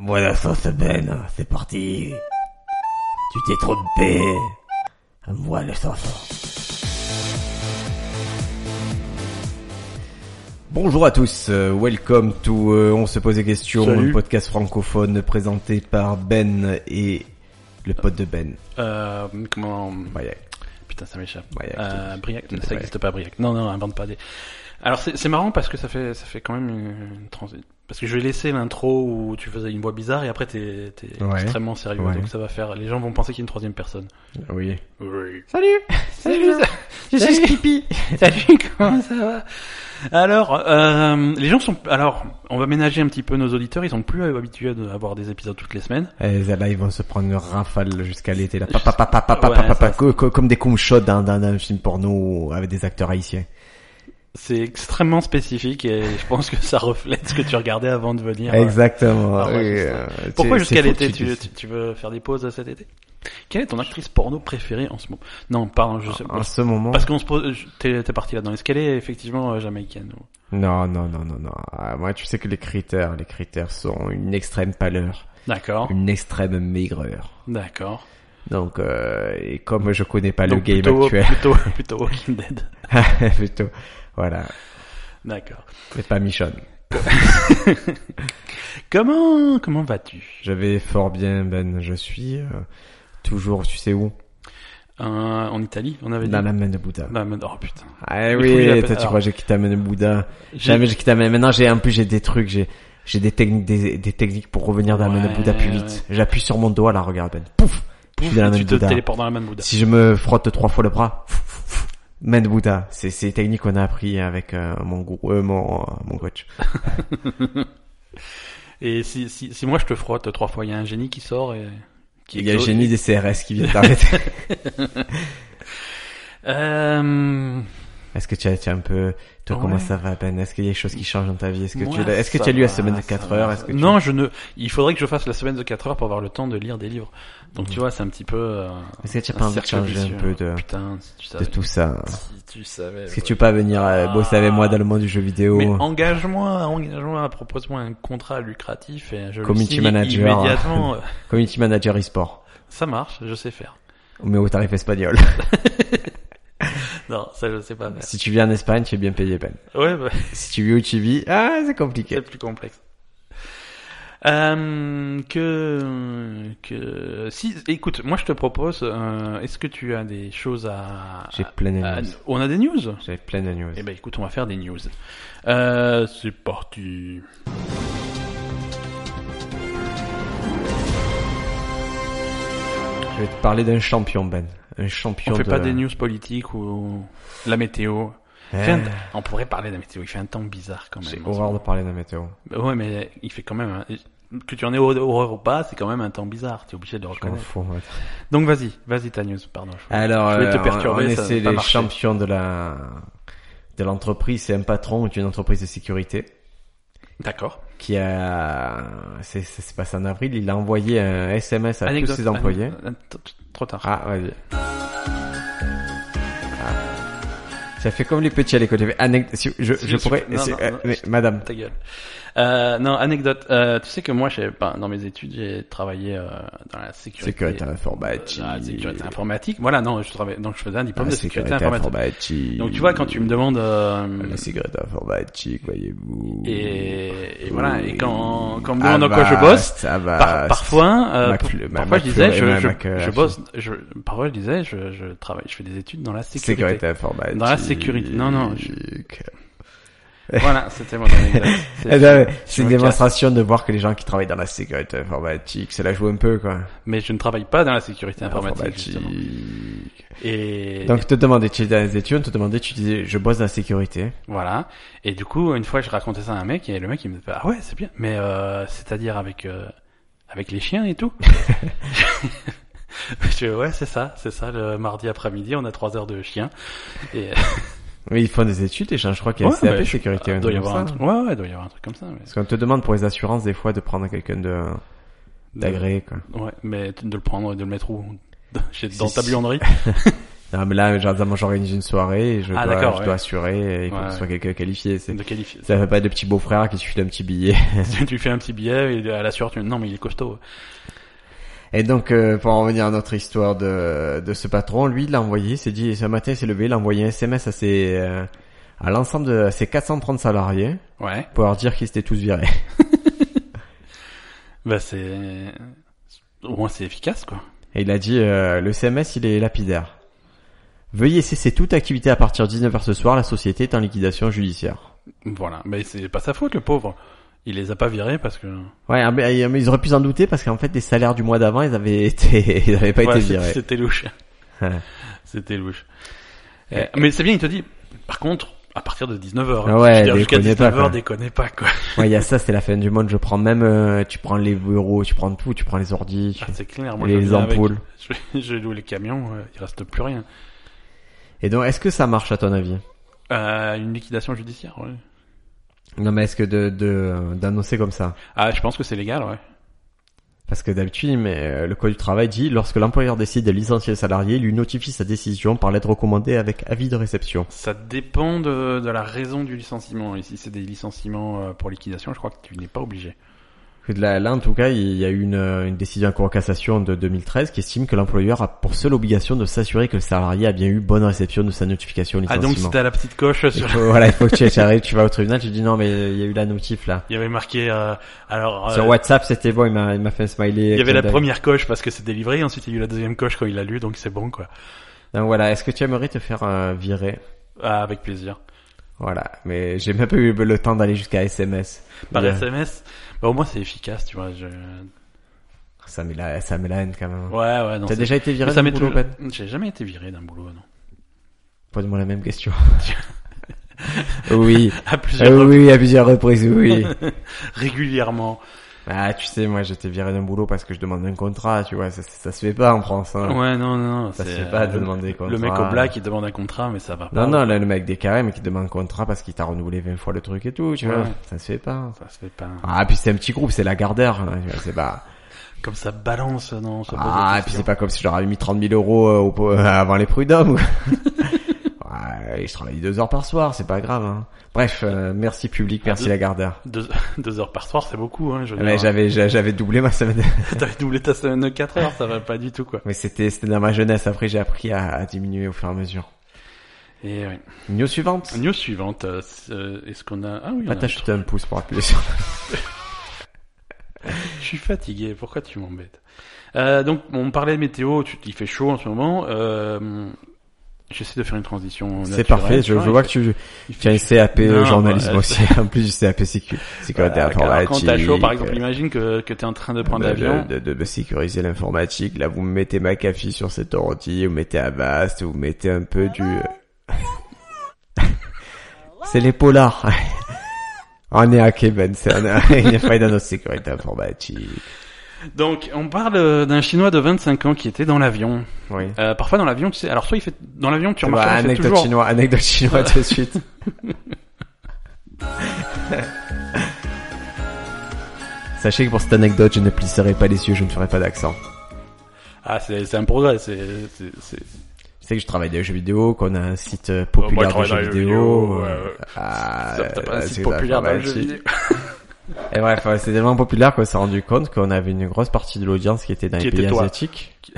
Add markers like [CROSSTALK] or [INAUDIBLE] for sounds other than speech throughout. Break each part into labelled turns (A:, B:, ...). A: Voilà sauce
B: hein,
A: Ben, c'est parti. Tu t'es trompé. À moi le sauce.
B: Bonjour à tous, euh, welcome to euh, On se pose des questions,
C: Salut.
B: le podcast francophone présenté par Ben et le pote de Ben.
C: Euh, comment...
B: Ouais,
C: Putain, ça m'échappe.
B: Briac.
C: Euh, Briac, non,
B: Ouais.
C: ça n'existe pas Briac. Non, non, invente pas des... Alors c'est c'est marrant parce que ça fait, ça fait quand même une une transi- Parce que je vais laisser l'intro où tu faisais une voix bizarre et après t'es t'es
B: Ouais.
C: extrêmement sérieux.
B: Ouais.
C: Donc ça va faire... Les gens vont penser qu'il y a une troisième personne.
B: oui.
C: Oui.
B: Salut
C: Salut, [LAUGHS]
B: Je
C: Salut.
B: Skippy
C: Salut, [LAUGHS] comment ça va Alors, euh, les gens sont... Alors, on va ménager un petit peu nos auditeurs. Ils sont plus habitués à avoir des épisodes toutes les semaines.
B: Eh, là, ils vont se prendre une rafale jusqu'à l'été, là. Pa, pa, pa, pa, pa, pa,
C: Ouais,
B: pa, pa,
C: ça,
B: pa, co- co- comme des coups shots d'un, d'un, d'un film porno avec des acteurs haïtiens.
C: C'est extrêmement spécifique et je pense que ça reflète ce que tu regardais avant de venir.
B: Exactement.
C: Ah ouais,
B: oui,
C: euh, c'est ça.
B: euh, c'est-
C: Pourquoi
B: c'est
C: jusqu'à
B: fou,
C: l'été
B: tu
C: tu,
B: dis.
C: tu- tu veux faire des pauses cet été Quelle est ton actrice porno préférée en ce moment Non, pardon, je sais
B: Ah, En ce moment.
C: Parce qu'on se pose, je- t'es t'es parti là-dedans. Est-ce qu'elle est effectivement euh, jamaïcaine ou-
B: Non, non, non, non, non. Ah, Moi, tu sais que les critères, les critères sont une extrême pâleur,
C: D'accord,
B: une extrême maigreur.
C: d'accord.
B: Donc, euh, et comme je connais pas le
C: Donc
B: game
C: plutôt,
B: actuel, [LAUGHS]
C: Plutôt, [LAUGHS] plutôt Walking Dead.
B: plutôt, voilà,
C: D'accord.
B: c'est pas Michonne.
C: Comment, comment vas-tu
B: Je vais fort bien, Ben. Je suis euh, toujours, tu sais où
C: Euh, En Italie, on avait dit.
B: Dans la main de Bouddha.
C: Dans la main- Oh putain.
B: Ah
C: faut que je
B: oui,
C: l'appelle.
B: toi, tu
C: Alors.
B: crois que j'ai quitté la main de Bouddha
C: J'ai-
B: Jamais j'ai quitté la main. Maintenant, j'ai en plus j'ai des trucs, j'ai j'ai des techniques, des, des techniques pour revenir dans la main de
C: Ouais,
B: Bouddha plus vite. J'appuie sur mon doigt là, regarde Ben. Pouf, je
C: Pouf,
B: suis dans la main
C: tu
B: de
C: te
B: Bouddha.
C: téléportes dans la main de Bouddha.
B: Si je me frotte trois fois le bras, pff, pff, pff, main de Bouddha. C'est c'est technique qu'on a appris avec euh, mon gourou, euh, mon euh, mon coach.
C: Et si, si, si moi je te frotte trois fois, il y a un génie qui sort et... Qui
B: Il y a le
C: exauce-
B: génie des CRS qui
C: [LAUGHS]
B: vient t'arrêter.
C: Euh...
B: Est-ce que tu as, tu as un peu, toi,
C: Ah Ouais.
B: comment ça va, Ben? Est-ce qu'il y a des choses qui changent dans ta vie? Est-ce que
C: Moi,
B: tu, l'as- est-ce que
C: ça
B: tu as lu la
C: va,
B: semaine de
C: ça
B: 4
C: va,
B: heures?
C: ça
B: Est-ce que
C: va.
B: tu-
C: Non, je ne. Il faudrait que je fasse la semaine de 4 heures pour avoir le temps de lire des livres. Donc tu vois, c'est un petit peu. euh,
B: Est-ce que tu as
C: un
B: Mm. pas envie de
C: cercle
B: changer un
C: vicieux.
B: peu de,
C: Putain, si tu
B: de
C: savais.
B: tout ça?
C: Si tu savais.
B: Est-ce que tu veux pas venir euh, bosser avec moi dans le monde du jeu vidéo?
C: Ah. Mais engage-moi, engage-moi, propose-moi un contrat lucratif et je
B: Community
C: le signe
B: manager.
C: immédiatement. [LAUGHS]
B: Community manager e-sport.
C: ça marche, je sais faire.
B: Mais au tarif espagnol.
C: Non, ça je sais pas
B: [LAUGHS]
C: faire.
B: si tu viens en Espagne, tu es bien payé, Ben.
C: Ouais, bah,
B: Si tu vis au Chili, ah, c'est
C: c'est
B: compliqué.
C: plus complexe. Euh, que que si écoute moi je te propose euh, est-ce que tu as des choses à
B: J'ai plein de
C: Ah,
B: news.
C: on a des news
B: J'ai plein de news.
C: Eh ben écoute, on va faire des news. Euh, c'est parti.
B: Je vais te parler d'un champion, Ben. Un champion
C: ben. On fait
B: de-
C: pas des news politiques ou la météo. Il
B: Eh,
C: fait un- On pourrait parler de la météo. Il fait un temps bizarre quand même.
B: J'ai horreur de parler de la météo.
C: Bah Ouais, mais il fait quand même. un- Que tu en aies horreur ou pas, c'est quand même un temps bizarre. T'es obligé de
B: Je
C: le
B: m'en
C: reconnaître.
B: fous, moi.
C: Donc vas-y, vas-y ta news. Pardon. je-
B: Alors,
C: Je vais te
B: euh,
C: perturber,
B: on
C: ça
B: essaie
C: va pas
B: les
C: marcher.
B: champions de la de l'entreprise. C'est un patron d'une entreprise de sécurité
C: D'accord.
B: qui a, c'est c'est- c'est passé en avril, il a envoyé un SMS à
C: Anecdote-
B: tous ses employés.
C: anecdote- anecdote- Trop tard.
B: Ah, vas-y. Ça fait comme les petits à l'école. J'avais anecdote- si- Je,
C: Si,
B: je
C: si-
B: pourrais.
C: non,
B: c'est-
C: non,
B: euh,
C: non,
B: mais,
C: je-
B: madame,
C: Ah, Ta gueule. Euh, non, anecdote. Euh, tu sais que moi, j'ai- ben, dans mes études, j'ai travaillé euh, dans la sécurité.
B: sécurité
C: Euh,
B: informatique.
C: la sécurité informatique. Voilà, non, je travaille, donc je faisais un
B: Ah,
C: diplôme de sécurité,
B: sécurité
C: informatique.
B: informatique.
C: Donc tu vois, quand tu me demandes, euh,
B: La sécurité informatique, voyez-vous.
C: et, et voilà, et quand, quand on me
B: Ah
C: demande dans quoi je
B: bah,
C: bosse,
B: ça va.
C: par- parfois, euh,
B: Mac-
C: pour-
B: le- ma-
C: parfois je disais,
B: McFlurry,
C: je,
B: ma-
C: je,
B: Mac, euh,
C: je bosse, je, parfois je disais, je, je travaille, je fais des études dans la sécurité.
B: sécurité informatique.
C: Dans la sécurité. Non, non, je- Voilà, c'était
B: [LAUGHS]
C: mon anecdote. C'est-
B: Eh ben,
C: je
B: C'est
C: me
B: une
C: casse.
B: démonstration de voir que les gens qui travaillent dans la sécurité informatique, ça la joue un peu, quoi.
C: Mais je ne travaille pas dans la sécurité informatique. justement.
B: Informatique.
C: Et
B: Donc, te demandais, tu étais dans les études, on te demandait, tu disais, je bosse dans la sécurité.
C: Voilà. Et du coup, une fois, je racontais ça à un mec et le mec il me disait ah ouais, c'est bien. Mais euh, c'est-à-dire avec euh, avec les chiens
B: [LAUGHS]
C: et tout. [LAUGHS] je dis, ouais, c'est ça, c'est ça. Le mardi après-midi, on a trois heures de chiens. Et
B: Mais ils font des études, et je crois qu'il y a
C: Ouais,
B: un CAP
C: bah, je-
B: sécurité. un
C: doit y
B: truc comme
C: avoir un
B: ça. hein.
C: truc. Ouais, ouais, doit y avoir un truc comme ça. mais-
B: Parce qu'on te demande pour les assurances, des fois, de prendre quelqu'un de, d'agréé, quoi.
C: Ouais, mais de le prendre et de le mettre où [LAUGHS] Chez- Dans
B: Si,
C: ta
B: si.
C: buanderie.
B: Non, mais là, genre, moi, j'organise une soirée et je,
C: Ah,
B: dois,
C: d'accord,
B: je
C: ouais.
B: dois assurer et que
C: Ouais,
B: ce soit
C: ouais.
B: quelqu'un qualifié. [LAUGHS] [LAUGHS] C'est...
C: de qualifier.
B: Ça fait pas de petit beau-frère qui suffit d'un petit billet. [LAUGHS]
C: tu fais un petit billet et à la sueur, tu non mais il est costaud.
B: Et donc, euh, pour en revenir à notre histoire de, de ce patron, lui, il l'a envoyé, il s'est dit, ce matin, il s'est levé, il a envoyé un SMS à ses, euh, à l'ensemble de à ses 430 salariés
C: Ouais.
B: pour leur dire qu'ils étaient tous virés.
C: Bah c'est au moins c'est efficace quoi.
B: Et il a dit, euh, le SMS, il est lapidaire. Veuillez cesser toute activité à partir de 19h ce soir, la société est en liquidation judiciaire.
C: Voilà. Mais c'est pas sa faute le pauvre. Il les a pas virés parce que
B: Ouais, ah, mais mais ils auraient pu s'en douter parce qu'en fait, les salaires du mois d'avant, ils avaient [LAUGHS] été, ils avaient pas
C: Ouais,
B: été
C: c'est-
B: virés.
C: C'était louche.
B: [LAUGHS] Ouais.
C: C'était louche. Euh, mais c'est bien, il te dit. Par contre, à partir de 19h.
B: Ah ouais,
C: Je veux dire, jusqu'à
B: déconnez pas,
C: 19h,
B: quoi.
C: déconnez pas quoi. [LAUGHS]
B: Ouais, il y a ça, c'est la fin du monde. Je prends même, euh, tu prends les bureaux, tu prends tout, tu prends les ordis, tu-
C: Ah, c'est clair. Moi, je
B: les
C: viens avec-
B: ampoules.
C: Je, je loue les camions. euh, il reste plus rien.
B: Et donc, est-ce que ça marche à ton avis
C: Euh, une liquidation judiciaire. Ouais.
B: Non, mais est-ce que de de- d'annoncer comme ça
C: Ah, je pense que c'est légal, ouais.
B: Parce que d'habitude, mais euh, le code du travail dit lorsque l'employeur décide de licencier le salarié, il lui notifie sa décision par lettre recommandée avec avis de réception.
C: Ça dépend de, de la raison du licenciement. Et si c'est des licenciements euh, pour liquidation, je crois que tu n'es pas obligé.
B: Que de Là, là, en tout cas, il y a eu une, euh, une décision en cour de cassation de 2013 qui estime que l'employeur a pour seule obligation de s'assurer que le salarié a bien eu bonne réception de sa notification
C: Ah, donc si
B: licenciement.
C: t'as la petite coche
B: il
C: sur...
B: faut, voilà, il faut que tu, tu arrives, tu vas au tribunal, tu dis non mais il y a eu la notif là.
C: Il y avait marqué... euh, alors, euh,
B: Sur WhatsApp, c'était bon, il m'a il m'a fait un smiley.
C: il y avait la
B: clin d'œil.
C: première coche parce que c'est délivré, ensuite il y a eu la deuxième coche quand il l'a lu, donc c'est bon, quoi.
B: Donc voilà, est-ce que tu aimerais te faire euh, virer
C: Ah, avec plaisir.
B: Voilà, mais j'ai même pas eu le temps d'aller jusqu'à SMS.
C: Par
B: Mais, euh,
C: SMS, bah, au moins c'est efficace, tu vois. Je... Ouais,
B: Ça met la, ça met la haine quand même.
C: ouais, non.
B: T'as
C: c'est-
B: déjà été
C: Mais
B: viré
C: ça
B: d'un
C: m'est
B: boulot,
C: toujours...
B: Ben
C: J'ai jamais été viré d'un boulot, non.
B: Pose-moi la même
C: [LAUGHS]
B: question. Ah oui,
C: À plusieurs
B: Euh, oui, à plusieurs reprises,
C: [LAUGHS]
B: oui.
C: reprises, régulièrement.
B: Ah, tu sais, moi, j'étais viré d'un boulot parce que je demande un contrat, tu vois, ça, ça, ça se fait pas en France. Hein.
C: Ouais, non, non, non.
B: Ça se
C: c'est,
B: fait pas de
C: euh,
B: demander contrat.
C: Le mec au black, il demande un contrat, mais ça va pas.
B: Non, non, là, le mec des carrés, mais qui demande un contrat parce qu'il t'a renouvelé 20 fois le truc et tout, tu vois,
C: Ouais.
B: ça se fait pas.
C: Ça se fait pas.
B: Ah, puis c'est un petit groupe, c'est la gardeur, hein, tu vois, c'est pas...
C: Comme ça balance, non ça pose
B: Ah,
C: des
B: et puis
C: questions.
B: c'est pas comme si je leur avais mis 30 000 euros euh, au po- euh, avant les prud'hommes. [LAUGHS] ouais, je travaille deux heures par soir, c'est pas grave. Hein. Bref, euh, merci public, merci
C: deux-
B: Lagardère.
C: Deux, [LAUGHS] deux heures par soir, c'est beaucoup, hein. Je veux
B: Ah, Mais
C: dire,
B: j'avais j'a- j'avais doublé ma semaine. [LAUGHS]
C: [LAUGHS] t'avais doublé ta semaine de 4 heures, ça va pas du tout, quoi.
B: Mais c'était c'était dans ma jeunesse. Après, j'ai appris à, à diminuer au fur et à mesure.
C: Et ouais.
B: News suivante.
C: News suivante, euh, c'est- euh, est-ce qu'on a... Ah oui, on a-
B: Attache un pouce pour appuyer sur.
C: je suis fatigué, pourquoi tu m'embêtes euh, Donc, on parlait de météo, tu, il fait chaud en ce moment, euh, J'essaie de faire une transition.
B: C'est
C: naturelle,
B: parfait.
C: tu
B: Je, je vois que tu,
C: il fait
B: tu as un CAP
C: Non,
B: euh, journalisme
C: bah,
B: aussi, [LAUGHS] en plus du CAP sécu,
C: Voilà,
B: sécurité
C: alors, quand t'as
B: informatique.
C: chaud, par exemple,
B: euh,
C: imagine que, que t'es en train de prendre
B: de-
C: l'avion.
B: De, de, de sécuriser l'informatique. Là, vous mettez McAfee sur cette ordi, vous mettez Avast, vous mettez un peu du... [LAUGHS] c'est les polars. [LAUGHS] on est à Québec, c'est on est- [LAUGHS] il n'y a pas dans notre sécurité informatique. bah.
C: Donc, on parle euh, d'un Chinois de 25 ans qui était dans l'avion.
B: Oui.
C: Euh, parfois, dans l'avion, tu sais... Alors, soit il fait... Dans l'avion, tu
B: Bah,
C: remarques... il fait
B: anecdote
C: toujours...
B: chinois, anecdote
C: [LAUGHS]
B: chinois tout de suite. Sachez que pour cette anecdote, je ne plisserai pas les yeux, je ne ferai pas d'accent.
C: Ah, c'est c'est un progrès, c'est... c'est- c'est-
B: Tu sais que je travaille dans les jeux vidéo, qu'on a un site euh, populaire
C: moi,
B: de
C: je travaille
B: jeux
C: dans les
B: vidéo.
C: vidéos,
B: euh,
C: euh,
B: ah,
C: ça, T'as pas un
B: euh,
C: site
B: c'est
C: populaire dans le jeu
B: informatique.
C: vidéo. [LAUGHS]
B: Et bref, ouais, c'est tellement populaire qu'on s'est rendu compte qu'on avait une grosse partie de l'audience qui était dans
C: Qui
B: les
C: était
B: pays
C: toi.
B: asiatiques.
C: qui-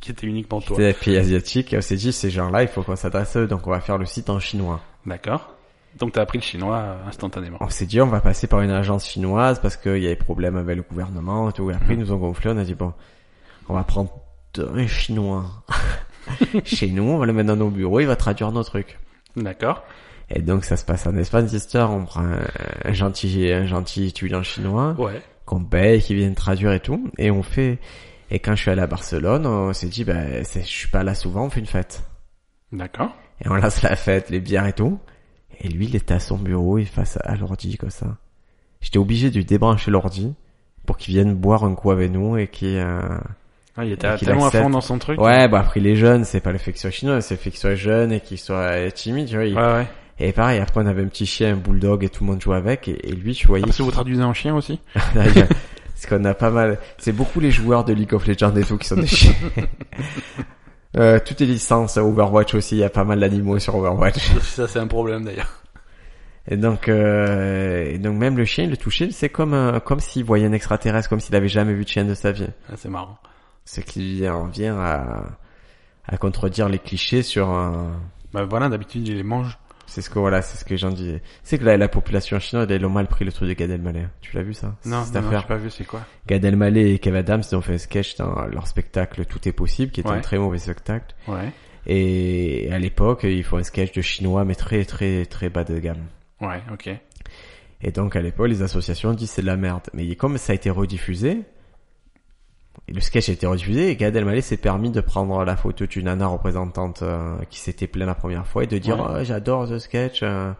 C: qui était uniquement
B: Qui
C: toi.
B: était dans les pays asiatiques. Et on s'est dit, ces gens-là, il faut qu'on s'adresse à eux, donc on va faire le site en chinois.
C: D'accord. Donc t'as appris le chinois euh, instantanément.
B: On s'est dit, on va passer par une agence chinoise parce qu'il y avait des problèmes avec le gouvernement et tout. Et après, ils nous ont gonflé, on a dit, bon, on va prendre un chinois. [LAUGHS] Chez nous, on va le mettre dans nos bureaux, il va traduire nos trucs.
C: D'accord.
B: Et donc ça se passe en Espagne, cette histoire. On prend un, un gentil, un gentil étudiant chinois
C: Ouais.
B: qu'on paye, qui vient de traduire et tout, et on fait. Et quand je suis allé à Barcelone, on s'est dit, bah, c'est- je suis pas là souvent, on fait une fête.
C: D'accord.
B: Et on lance la fête, les bières et tout. Et lui, il était à son bureau, il face à l'ordi comme ça. J'étais obligé de lui débrancher l'ordi pour qu'il vienne boire un coup avec nous et qu'il. euh,
C: Ah, il
B: Et
C: était
B: qu'il
C: tellement à
B: accepte.
C: fond dans son truc.
B: Ouais, bah après les jeunes, c'est pas le fait que soit chinois, c'est le fait qu'il soit jeune et qu'il soit timide, tu vois. il-
C: Ouais, ouais.
B: Et pareil, après on avait un petit chien, un bulldog et tout le monde jouait avec. Et, et lui, tu voyais.
C: Ah, parce que vous traduisez en chien aussi
B: [LAUGHS] D'ailleurs, Parce qu'on a pas mal. C'est beaucoup les joueurs de League of Legends et tout qui sont des chiens. [LAUGHS] Euh, toutes les licences, Overwatch aussi, il y a pas mal d'animaux sur Overwatch.
C: Ça, c'est un problème d'ailleurs.
B: Et donc, euh, et donc même le chien, le toucher, c'est comme un- comme s'il voyait un extraterrestre, comme s'il avait jamais vu de chien de sa vie.
C: Ah, C'est marrant.
B: Ce qui en vient à, à contredire les clichés sur un...
C: Bah voilà, d'habitude, il les mange.
B: C'est ce que voilà, c'est ce que les gens disent. C'est que la, la population chinoise, elle, ils l'ont mal pris le truc de Gad Elmaleh. Tu l'as vu ça
C: Non,
B: Cette
C: non, non,
B: affaire.
C: j'ai pas vu, c'est quoi
B: Gad Elmaleh et Kev Adams ils ont fait un sketch dans leur spectacle Tout est possible, qui est
C: Ouais.
B: un très mauvais spectacle.
C: Ouais.
B: Et à l'époque, ils font un sketch de chinois, mais très très très bas de gamme.
C: Ouais, ok.
B: Et donc à l'époque, les associations disent c'est de la merde. Mais comme ça a été rediffusé, et le sketch a été rediffusé, et Gad Elmaleh s'est permis de prendre la photo d'une nana représentante euh, qui s'était plainte la première fois et de dire
C: Ouais.
B: Oh, j'adore ce sketch. euh.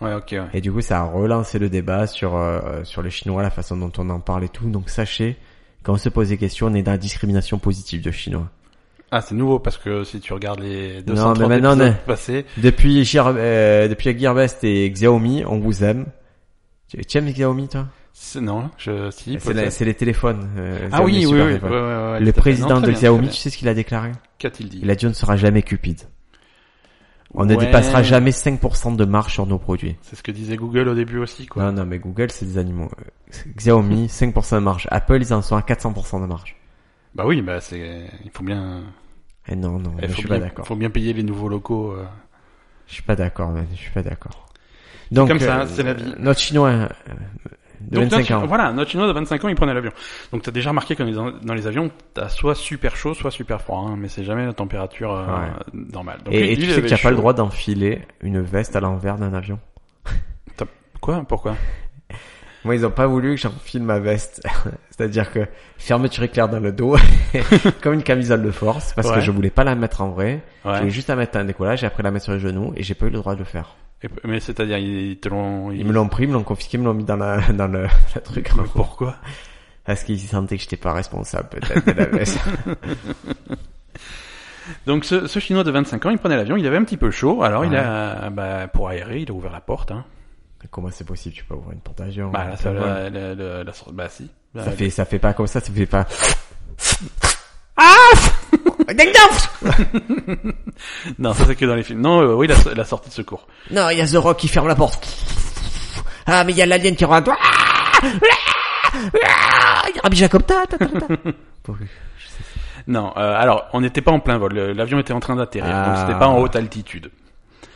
C: Ouais, ok, ouais.
B: Et du coup, ça a relancé le débat sur euh, sur les Chinois, la façon dont on en parle et tout. Donc sachez, quand on se pose des questions, on est dans la discrimination positive de Chinois.
C: Ah, c'est nouveau parce que si tu regardes les
B: Non,
C: 230
B: mais maintenant,
C: épisodes
B: on
C: passés,
B: Depuis Gear- euh, depuis Gearbest et Xiaomi, on vous aime. Tu tu aimes Xiaomi toi
C: c'est non, je si.
B: C'est la-
C: peut-être.
B: c'est les téléphones. euh,
C: Ah
B: Xiaomi,
C: oui, oui,
B: super
C: oui, ouais,
B: téléphone.
C: ouais, ouais,
B: le
C: tout à fait.
B: président de
C: Non, très bien, très
B: Xiaomi,
C: bien.
B: tu sais ce qu'il a déclaré
C: Qu'a-t-il dit
B: Il a dit on ne sera jamais cupide. On ne
C: Ouais,
B: dépassera jamais 5% de marge sur nos produits.
C: C'est ce que disait Google au début aussi, quoi.
B: Non, non, mais Google, c'est des animaux. Euh,
C: [LAUGHS]
B: Xiaomi, 5% de marge. Apple, ils en sont à 400% de marge.
C: Bah oui, bah c'est, il faut bien,
B: Eh non, non,
C: il
B: je
C: faut
B: suis
C: bien,
B: pas d'accord.
C: faut bien payer les nouveaux locaux. euh.
B: Je suis pas d'accord, man, je suis pas d'accord. Donc, euh,
C: comme ça, c'est la vie.
B: Notre chinois euh, de
C: Donc,
B: 25
C: notre-
B: ans.
C: Voilà, notre chinois de 25 ans, il prenait l'avion. Donc t'as déjà remarqué que dans les, dans les avions, t'as soit super chaud, soit super froid, hein, mais c'est jamais la température euh,
B: Ouais.
C: normale. Donc, lui,
B: Et, et tu
C: lui, il
B: sais que
C: avait
B: tu n'as pas le
C: chaud.
B: droit d'enfiler une veste à l'envers d'un avion.
C: Quoi Pourquoi
B: Moi, ils ont pas voulu que j'enfile ma veste. [LAUGHS] C'est-à-dire que fermeture éclair dans le dos, [LAUGHS] comme une camisole de force, parce
C: Ouais.
B: que je voulais pas la mettre en vrai. Je
C: Ouais.
B: voulais juste la mettre à un décollage et après la mettre sur les genoux et j'ai pas eu le droit de le faire.
C: Et- Mais c'est-à-dire, ils te l'ont.
B: Ils me l'ont pris, ils me l'ont confisqué, ils me l'ont mis dans la, [LAUGHS] dans le, le truc. en
C: Mais
B: gros.
C: Pourquoi
B: Parce qu'ils sentaient que j'étais pas responsable, peut-être, de la
C: [LAUGHS]
B: veste.
C: Donc ce, ce chinois de 25 ans, il prenait l'avion, il avait un petit peu chaud, alors il a, bah, pour aérer, il a ouvert la porte. Hein.
B: Comment c'est possible? Tu peux ouvrir une porte d'avion.
C: Bah, là, ça,
B: Comment
C: la, la, la- la sorte- bah si. Bah,
B: Ça fait, ça fait pas comme ça, ça fait pas.
C: Ah
B: [LAUGHS]
C: Non, ça c'est que dans les films. Non, euh, oui, la, la sortie de secours.
A: Non, il y a The Rock qui ferme la porte. Ah, mais il y a l'alien qui rentre. Ah, ah, ah, Rabbi Jacob, ta, ta, ta,
B: [LAUGHS]
A: ta.
C: Non, euh, alors on n'était pas en plein vol. Le- L'avion était en train d'atterrir,
B: Ah.
C: donc c'était pas en haute altitude.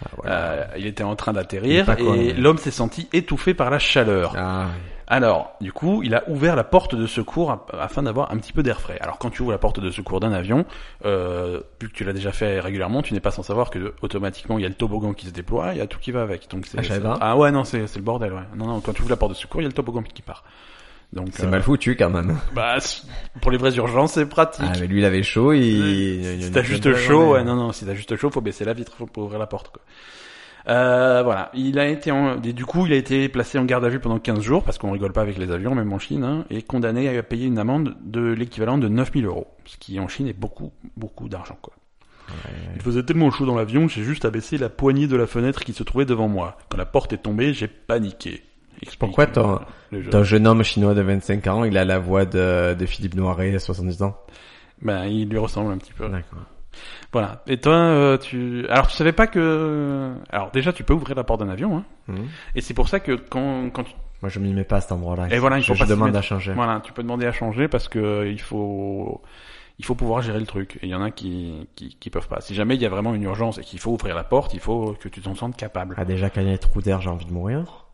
B: Ah, voilà.
C: Euh, il était en train
B: Il est
C: d'atterrir
B: pas con, mais-
C: et l'homme s'est senti étouffé par la chaleur.
B: Ah,
C: Alors, du coup, il a ouvert la porte de secours a- afin d'avoir un petit peu d'air frais. Alors, quand tu ouvres la porte de secours d'un avion, euh, vu que tu l'as déjà fait régulièrement, tu n'es pas sans savoir que automatiquement il y a le toboggan qui se déploie, il y a tout qui va avec. Donc, c'est,
B: Ah, je savais
C: c'est-
B: pas.
C: ah ouais, non, c'est, c'est le bordel. Ouais. Non, non, quand tu ouvres la porte de secours, il y a le toboggan qui part. Donc,
B: c'est
C: euh,
B: mal foutu quand même.
C: bah, c'est- pour les vraies urgences, c'est pratique.
B: Ah, mais lui, il avait chaud, il...
C: Si
B: il-
C: t'as
B: il-
C: juste
B: il-
C: chaud, ouais, non, non, si t'as juste chaud, faut baisser la vitre, faut pas ouvrir la porte, quoi. Euh, voilà. Il a été en- et du coup, il a été placé en garde à vue pendant 15 jours, parce qu'on rigole pas avec les avions, même en Chine, hein, et condamné à payer une amende de l'équivalent de 9000 euros. Ce qui, en Chine, est beaucoup, beaucoup d'argent, quoi. Il faisait tellement chaud dans l'avion, j'ai juste abaissé la poignée de la fenêtre qui se trouvait devant moi. Quand la porte est tombée, j'ai paniqué. Explique
B: Pourquoi ton-
C: le jeune.
B: D'un jeune homme chinois de 25 ans, il a la voix de, de Philippe Noiret à 70 ans.
C: Ben, il lui ressemble un petit peu.
B: D'accord.
C: Voilà. Et toi, euh, tu... Alors, tu savais pas que... Alors, déjà, tu peux ouvrir la porte d'un avion, hein.
B: Hmm.
C: Et c'est pour ça que quand... quand tu...
B: Moi, je m'y mets pas à cet endroit-là.
C: Et voilà, il faut
B: je,
C: pas
B: je
C: s'y
B: demande
C: mettre.
B: à changer.
C: Voilà, tu peux demander à changer parce que il faut... Il faut pouvoir gérer le truc. Et il y en a qui, qui, qui peuvent pas. Si jamais il y a vraiment une urgence et qu'il faut ouvrir la porte, il faut que tu t'en sentes capable.
B: Ah, déjà, quand il y a des trous d'air, j'ai envie de mourir.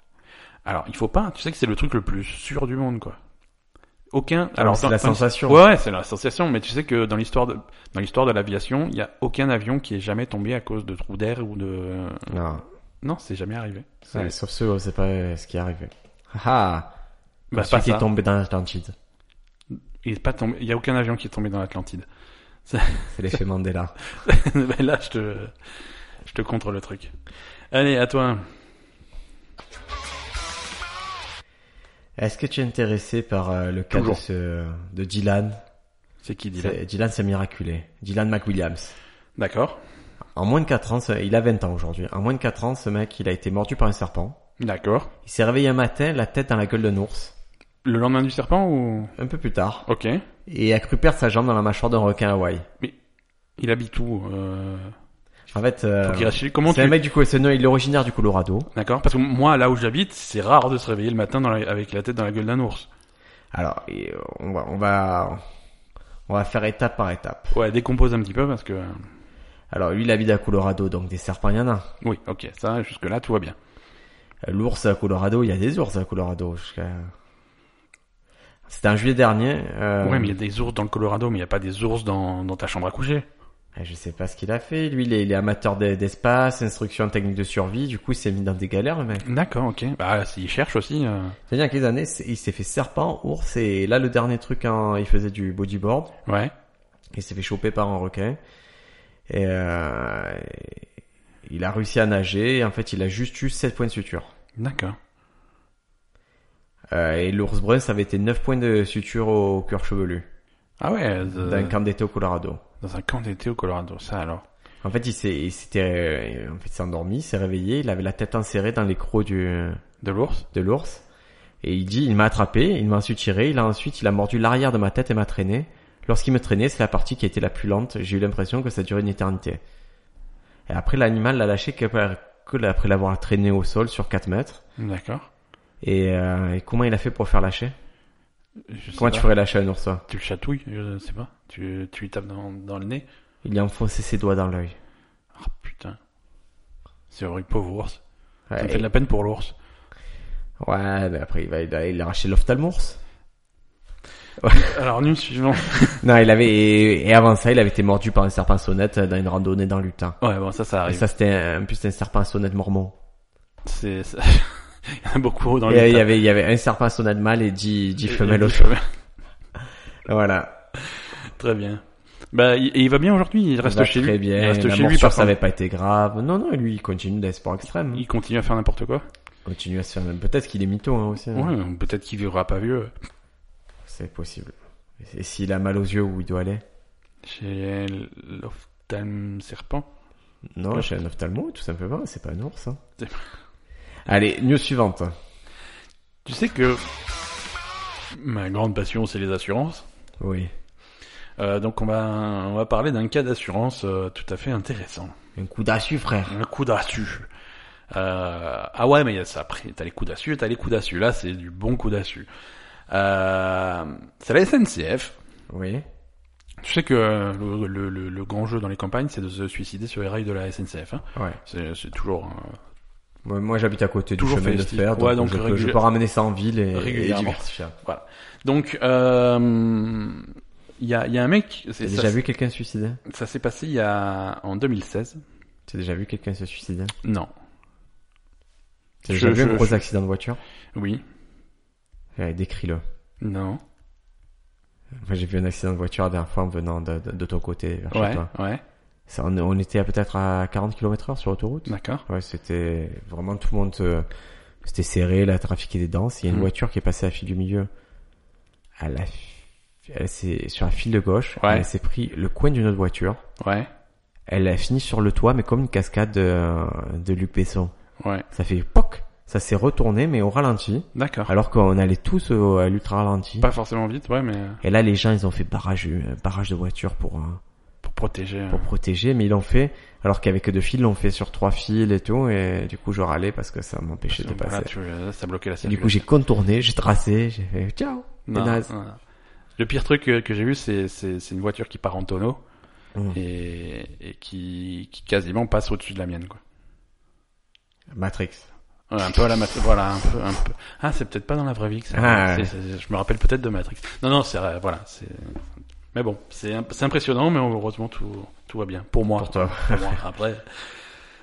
C: Alors, il faut pas. Tu sais que c'est le truc le plus sûr du monde, quoi. Aucun.
B: Alors,
C: dans-
B: c'est la
C: dans-
B: sensation.
C: Ouais, ouais, c'est la sensation. Mais tu sais que dans l'histoire de, dans l'histoire de l'aviation, il y a aucun avion qui est jamais tombé à cause de trous d'air ou de.
B: Non.
C: Non, c'est jamais arrivé. C'est-
B: Ouais, sauf ceux, c'est pas euh, ce qui est arrivé. Ah,
C: Bah,
B: celui
C: pas
B: qui
C: ça.
B: est tombé dans l'Atlantide.
C: Il est pas tombé. Il y a aucun avion qui est tombé dans l'Atlantide. [LAUGHS]
B: C'est l'effet Mandela.
C: Mais là, je te, je te contre le truc. Allez, à toi.
B: Est-ce que tu es intéressé par euh, le cas de,
C: Toujours.
B: ce, de Dylan
C: C'est qui dit là
B: C'est- Dylan s'est miraculé. Dylan McWilliams.
C: D'accord.
B: En moins de 4 ans, ce- il a 20 ans aujourd'hui. En moins de 4 ans, ce mec, il a été mordu par un serpent.
C: D'accord.
B: Il s'est réveillé un matin, la tête dans la gueule d'un ours.
C: Le lendemain du serpent ou
B: Un peu plus tard.
C: Ok.
B: Et a cru perdre sa jambe dans la mâchoire d'un requin Hawaï.
C: Il habite où euh...
B: En fait, euh,
C: faut qu'il reste chez lui. Comment
B: c'est un
C: tu...
B: mec du coup, ce nom, il est originaire du Colorado.
C: D'accord Parce que moi, là où j'habite, c'est rare de se réveiller le matin dans la- avec la tête dans la gueule d'un ours.
B: Alors, et, euh, on va, on va, on va faire étape par étape.
C: Ouais, décompose un petit peu parce que... euh,
B: Alors, lui, il habite à Colorado, donc des serpents, il y en a.
C: Oui, ok, ça, jusque-là, tout va bien.
B: L'ours à Colorado, il y a des ours à Colorado. jusqu'à- C'était en juillet dernier. euh,
C: Ouais, mais il y a des ours dans le Colorado, mais il n'y a pas des ours dans, dans ta chambre à coucher.
B: ah, Je sais pas ce qu'il a fait. Lui, il est, il est amateur d'e- d'espace, instruction technique de survie. Du coup, il s'est mis dans des galères, le mec.
C: D'accord, ok. Bah, s'ils cherchent aussi... euh,
B: C'est-à-dire qu'il y a quelques années, c'est- il s'est fait serpent, ours, et là, le dernier truc, hein, il faisait du bodyboard.
C: Ouais.
B: Il s'est fait choper par un requin. Et euh, il a réussi à nager. Et en fait, il a juste eu 7 points de suture.
C: D'accord.
B: Euh, et l'ours brun, ça avait été 9 points de suture au cœur chevelu.
C: Ah ouais, de-
B: D'un camp d'été au Colorado.
C: dans un camp d'été au Colorado, ça alors.
B: En fait, il s'est, il s'était, euh, en fait, il s'est endormi, il s'est réveillé, il avait la tête enserrée dans les crocs du,
C: De l'ours
B: de l'ours. Et il dit, il m'a attrapé, il m'a ensuite tiré, il a ensuite, il a mordu l'arrière de ma tête et m'a traîné. Lorsqu'il me traînait, c'est la partie qui était la plus lente, j'ai eu l'impression que ça durait une éternité. Et après, l'animal l'a lâché que, par- que après l'avoir traîné au sol sur 4 mètres.
C: D'accord.
B: Et, euh, et comment il a fait pour faire lâcher?
C: Je sais
B: Comment
C: pas.
B: tu ferais lâcher un ours, toi
C: Tu le chatouilles, je sais pas. Tu, tu lui tapes dans, dans le nez.
B: Il a enfoncé ses doigts dans l'œil.
C: Ah putain. C'est horrible, pauvre ours. Ça me
B: Ouais,
C: fait de la peine pour l'ours.
B: ouais, mais après, il va, il a, il a arraché l'ophtalmours.
C: Alors, news suivant.
B: Non, il avait et avant ça, il avait été mordu par un serpent sonnette dans une randonnée dans l'Utah.
C: Ouais, bon, ça, ça
B: Et
C: arrive.
B: ça, c'était un, en plus c'était un serpent sonnette mormon.
C: C'est, ça- [LAUGHS] Il y en a beaucoup dans
B: Et euh,
C: les
B: il y avait il y avait un serpent sonnette mâle et dix dix femelles au
C: chemin.
B: Voilà.
C: [LAUGHS] Très bien. Bah, il, et il va bien aujourd'hui, il reste
B: Il va
C: chez
B: très
C: lui.
B: Bien.
C: Il reste
B: La
C: chez lui,
B: morsure,
C: par
B: ça
C: contre.
B: avait pas été grave. Non, non, lui, il continue des sports extrêmes.
C: Il continue à faire n'importe quoi.
B: hein. Il continue à se faire même. Peut-être qu'il est mytho hein, aussi. hein.
C: Ouais, peut-être qu'il vivra pas vieux.
B: C'est possible. Et s'il a mal aux yeux, où il doit aller
C: Chez l'ophtalme serpent.
B: Non, chez un ophtalmo, tout simplement. C'est pas un ours. hein.
C: C'est-
B: Allez, news suivante.
C: Tu sais que ma grande passion, c'est les assurances.
B: Oui.
C: Euh, donc on va on va parler d'un cas d'assurance euh, tout à fait intéressant.
B: Un coup d'assu, frère.
C: Un coup d'assu. Euh, ah ouais, mais il y a ça. Après, t'as les coups d'assu, t'as les coups d'assu. Là, c'est du bon coup d'assu. Euh, c'est la SNCF.
B: Oui.
C: Tu sais que euh, le, le- le- le grand jeu dans les campagnes, c'est de se suicider sur les rails de la SNCF. hein.
B: Ouais.
C: C'est c'est toujours euh,
B: Moi, moi, j'habite à côté
C: Toujours
B: du chemin de
C: festif.
B: fer, donc,
C: Ouais, donc
B: je, peux,
C: régul-
B: je peux ramener ça en ville et, et
C: Régulièrement.
B: diversifier.
C: Donc, euh, il y, a, il y a un mec, c'est-
B: T'as
C: ça,
B: déjà vu quelqu'un se suicider
C: ça s'est passé il y a, en 2016.
B: T'as déjà vu quelqu'un se suicider
C: Non.
B: T'as
C: Je-
B: déjà vu
C: je-
B: un gros
C: je-
B: accident de voiture
C: Oui.
B: Allez, Décris-le.
C: Non.
B: Moi, j'ai vu un accident de voiture la dernière fois en venant de, de- de ton côté, vers chez
C: Ouais,
B: toi.
C: ouais.
B: Ça, on, on était à peut-être à 40 km heure sur l'autoroute.
C: D'accord.
B: Ouais, c'était vraiment tout le monde... euh, c'était serré, la trafic était dense. Il y a une
C: Mhm.
B: voiture qui est passée à la file du milieu. À la... fi- Elle s'est... Sur la file de gauche,
C: Ouais.
B: elle s'est pris le coin d'une autre voiture.
C: Ouais,
B: Elle a fini sur le toit, mais comme une cascade de, de Luc Besson.
C: ouais.
B: Ça fait poc Ça s'est retourné, mais au ralenti.
C: D'accord.
B: Alors qu'on allait tous au- à l'ultra ralenti.
C: Pas forcément vite, ouais, mais euh,
B: Et là, les gens, ils ont fait barrage, euh, barrage de voitures pour, euh,
C: pour protéger. euh,
B: pour protéger, mais ils l'ont fait, alors qu'avec deux fils, ils l'ont fait sur trois fils et tout, et du coup, je râlais parce que ça m'empêchait de
C: voilà,
B: passer.
C: tu, euh, ça bloquait la
B: Et du coup,
C: circulation.
B: j'ai contourné, j'ai tracé, j'ai fait ciao.
C: Non,
B: naze.
C: non. Le pire truc que, que j'ai vu, c'est, c'est, c'est une voiture qui part en tonneau
B: Mm.
C: et, et qui, qui quasiment passe au-dessus de la mienne, quoi.
B: Matrix.
C: Ouais, un peu à la Matrix. Voilà, un peu, un peu. Ah, c'est peut-être pas dans la vraie vie que ça.
B: Ah,
C: c'est-
B: ouais.
C: c'est- je me rappelle peut-être de Matrix. Non, non, c'est euh, voilà, c'est. Mais bon, c'est imp- c'est impressionnant, mais heureusement tout tout va bien pour moi.
B: Pour toi.
C: Pour moi, Après,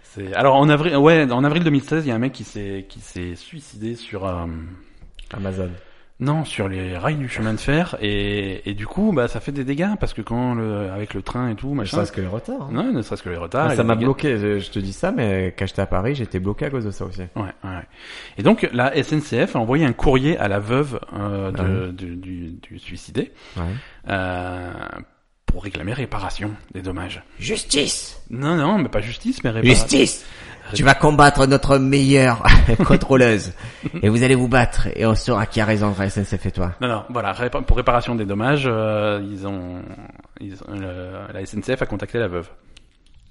C: c'est. Alors en avril, ouais, en avril 2016, il y a un mec qui s'est qui s'est suicidé sur. euh,
B: Amazon.
C: Non, sur les rails du chemin de fer et, et du coup bah ça fait des dégâts parce que quand le avec le train et tout
B: Je
C: machin.
B: sais que les retards. hein.
C: Non, ne serait-ce que les retards.
B: Ah,
C: et
B: ça
C: les
B: m'a
C: dégâts.
B: bloqué, je, je te dis ça, mais quand j'étais à Paris, j'étais bloqué à cause de ça aussi.
C: Ouais, ouais. Et donc la SNCF a envoyé un courrier à la veuve euh, de-
B: Ah ouais.
C: du, du, du suicidé
B: Ouais.
C: euh, pour réclamer réparation des dommages.
A: Justice
C: Non, non, mais pas justice, mais
B: Eh ben,
C: réparation.
A: Justice Tu vas combattre notre meilleure [LAUGHS] contrôleuse. et vous allez vous battre. Et on saura qui a raison entre la SNCF et toi.
C: Non, non, voilà, répa- pour réparation des dommages, euh, ils ont Ils- euh, la SNCF a contacté la veuve.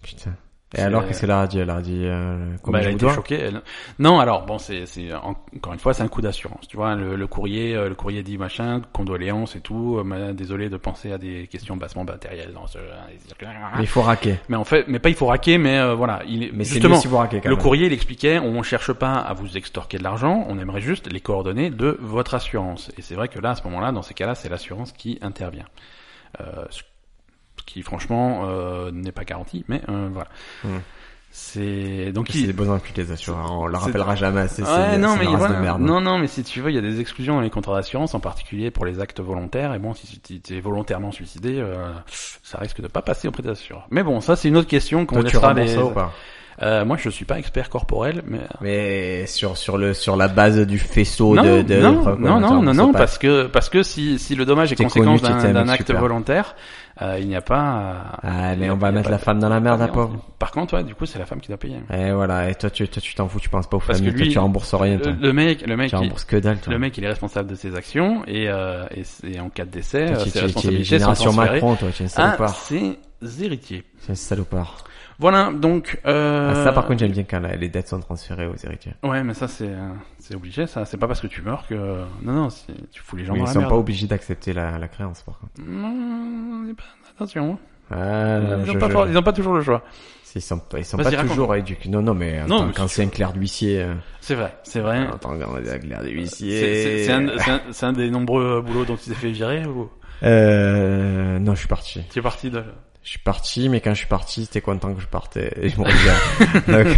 B: Putain. Et
C: C'est-
A: euh,
B: alors, qu'est-ce qu'elle a dit Elle a dit, euh, comme
C: Bah,
B: je
C: elle a
B: vous
C: été
B: dois.
C: choquée. elle. Non, alors bon, c'est c'est- en- encore une fois, c'est un coup d'assurance. Tu vois, le, le courrier, euh, le courrier dit machin, condoléances et tout. euh, ma- désolé de penser à des questions bassement matérielles dans ce.
B: Mais il faut raquer.
C: Mais en fait, mais pas il faut raquer, mais euh, voilà, il
B: Mais c'est mieux
C: justement.
B: si vous raquez quand
C: Le
B: même.
C: courrier, il expliquait, on cherche pas à vous extorquer de l'argent, on aimerait juste les coordonnées de votre assurance. Et c'est vrai que là, à ce moment-là, dans ces cas-là, c'est l'assurance qui intervient. Euh, ce ce qui, franchement, euh, n'est pas garanti, mais euh, voilà.
B: Mm.
C: C'est donc
B: C'est
C: il-
B: des beaux enculés, les assureurs. On le
C: c'est-
B: rappellera jamais assez. c'est-
C: Ouais,
B: c'est
C: non,
B: une
C: mais
B: race
C: voilà.
B: de merde.
C: non, non, mais si tu veux, il y a des exclusions dans les contrats d'assurance, en particulier pour les actes volontaires. Et bon, si tu t'es volontairement suicidé, euh, ça risque de pas passer auprès des assureurs. Mais bon, ça c'est une autre question qu'on
B: Toi, tu
C: laissera
B: rembourses
C: les.
B: ça ou pas
C: Euh, moi, je suis pas expert corporel, mais
B: Mais sur sur le sur la base du faisceau
C: non,
B: de, de
C: non,
B: enfin,
C: non,
B: tu
C: non,
B: rembourses
C: non, non,
B: pas.
C: parce que parce que si si le dommage est
B: T'es
C: conséquence
B: connu, t'étais
C: d'un
B: un
C: d'un
B: mec
C: acte
B: super.
C: volontaire, euh, il n'y a pas. à-
B: Allez, Ah, on
C: il y
B: va
C: a
B: mettre
C: pas
B: la
C: de-
B: femme dans la merde, la
C: Par
B: pauvre.
C: contre, ouais, du coup, c'est la femme qui doit payer.
B: Et voilà. Et toi, tu toi, tu t'en fous, tu penses pas aux
C: Parce que
B: familles, toi,
C: lui-
B: tu rembourses rien,
C: Le,
B: toi.
C: le mec, le mec,
B: Tu
C: il-
B: rembourses que dalle, toi.
C: Le mec, il est responsable de ses actions et, euh, et, c'est- en cas de décès,
B: Toi, tu-
C: euh, ses
B: tu- tu-
C: responsabilités sont
B: Génération
C: transférées
B: Macron, toi, tu es un
C: à
B: salopard.
C: ses héritiers.
B: Tu es un salopard.
C: Voilà, donc. Euh...
B: Ah, ça, par contre, j'aime bien quand la- les dettes sont transférées aux héritiers.
C: Ouais, mais ça c'est euh, c'est obligé. Ça, c'est pas parce que tu meurs que non non, c'est- tu fous les gens
B: Mais
C: dans
B: ils
C: la
B: sont
C: merde.
B: pas obligés d'accepter la, la créance, par contre.
C: Non, c'est pas- attention.
B: Ah,
C: ils,
B: non,
C: ont
B: je-
C: pas
B: je-
C: for- ils ont pas toujours le choix.
B: Ils sont, pas- ils sont
C: Vas-y,
B: pas
C: raconte.
B: toujours éduqués. Non, non, mais,
C: Non,
B: attends,
C: mais
B: quand c'est un clerc d'huissier, euh,
C: C'est vrai, c'est vrai.
B: attends, quand c'est un clerc d'huissier.
C: C'est- C'est c'est un, c'est un- c'est un des nombreux euh, boulots dont il s'est fait virer ou
B: Euh, non, je suis parti.
C: tu es parti de.
B: Je suis parti, mais quand je suis parti, c'était content que je partais. Et je me
C: [LAUGHS]
B: reviens. Donc,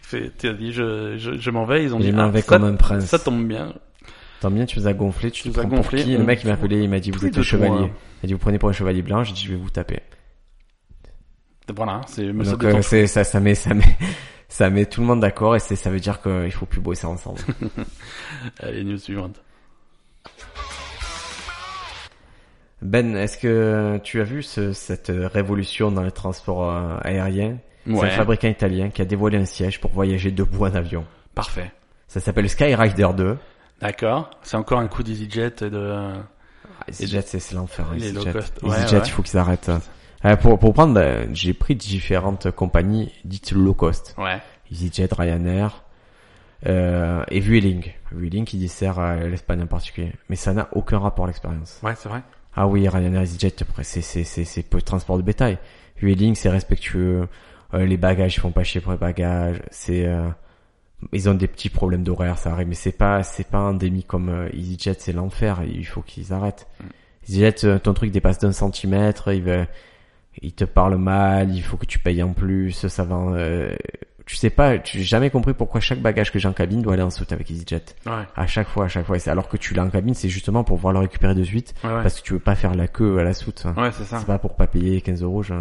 C: fait- T'as dit je je, je m'en vais. Ils ont
B: je
C: dit
B: m'en
C: ah,
B: vais
C: ça,
B: comme un prince.
C: ça tombe bien.
B: Tant bien, tu nous as gonflé, tu
C: Tu
B: nous
C: nous as
B: as gonflé.
C: gonflé,
B: Le
C: on-
B: mec, il m'a appelé, il m'a dit, vous
C: Plus
B: êtes
C: de
B: le chevalier.
C: toi.
B: Il a dit, vous prenez pour un chevalier blanc, j'ai dit, je vais vous taper.
C: Voilà, c'est mais ça
B: Donc,
C: détend
B: euh, c'est, ça, ça met, ça met, [LAUGHS] ça met tout le monde d'accord et c'est, ça veut dire qu'il faut plus bosser ensemble.
C: [LAUGHS] Allez, news suivante.
B: Ben, est-ce que tu as vu ce, cette révolution dans le transport euh, aérien C'est un fabricant italien qui a dévoilé un siège pour voyager debout en avion.
C: Parfait.
B: Ça s'appelle Skyrider 2.
C: D'accord. C'est encore un coup d'EasyJet et de...
B: Ah, EasyJet, c'est c'est l'enfer. hein,
C: Les low
B: EasyJet,
C: cost. Ouais,
B: EasyJet,
C: ouais.
B: il faut qu'ils arrêtent. Euh, pour, pour prendre, euh, j'ai pris différentes compagnies dites low cost.
C: Ouais.
B: EasyJet, Ryanair euh, et Vueling. Vueling qui dessert euh, l'Espagne en particulier. Mais ça n'a aucun rapport à l'expérience.
C: Ouais, c'est vrai.
B: Ah oui, Ryanair, EasyJet, après, c'est c'est c'est c'est peu de transport de bétail. Vueling, c'est respectueux. Euh, les bagages, ils font pas chier pour les bagages. C'est euh, ils ont des petits problèmes d'horaire, ça arrive, mais c'est pas c'est pas endémique comme euh, EasyJet, c'est l'enfer. Il faut qu'ils arrêtent. EasyJet, euh, ton truc dépasse d'un centimètre, il veut, il te parle mal, il faut que tu payes en plus, ça va. euh, tu sais pas, tu- j'ai jamais compris pourquoi chaque bagage que j'ai en cabine doit aller en soute avec EasyJet.
C: Ouais.
B: À chaque fois, à chaque fois. Et c'est- Alors que tu l'as en cabine, c'est justement pour pouvoir le récupérer de suite,
C: Ouais, ouais.
B: parce que tu veux pas faire la queue à la soute. hein.
C: Ouais, c'est ça.
B: C'est pas pour pas payer 15 euros. je-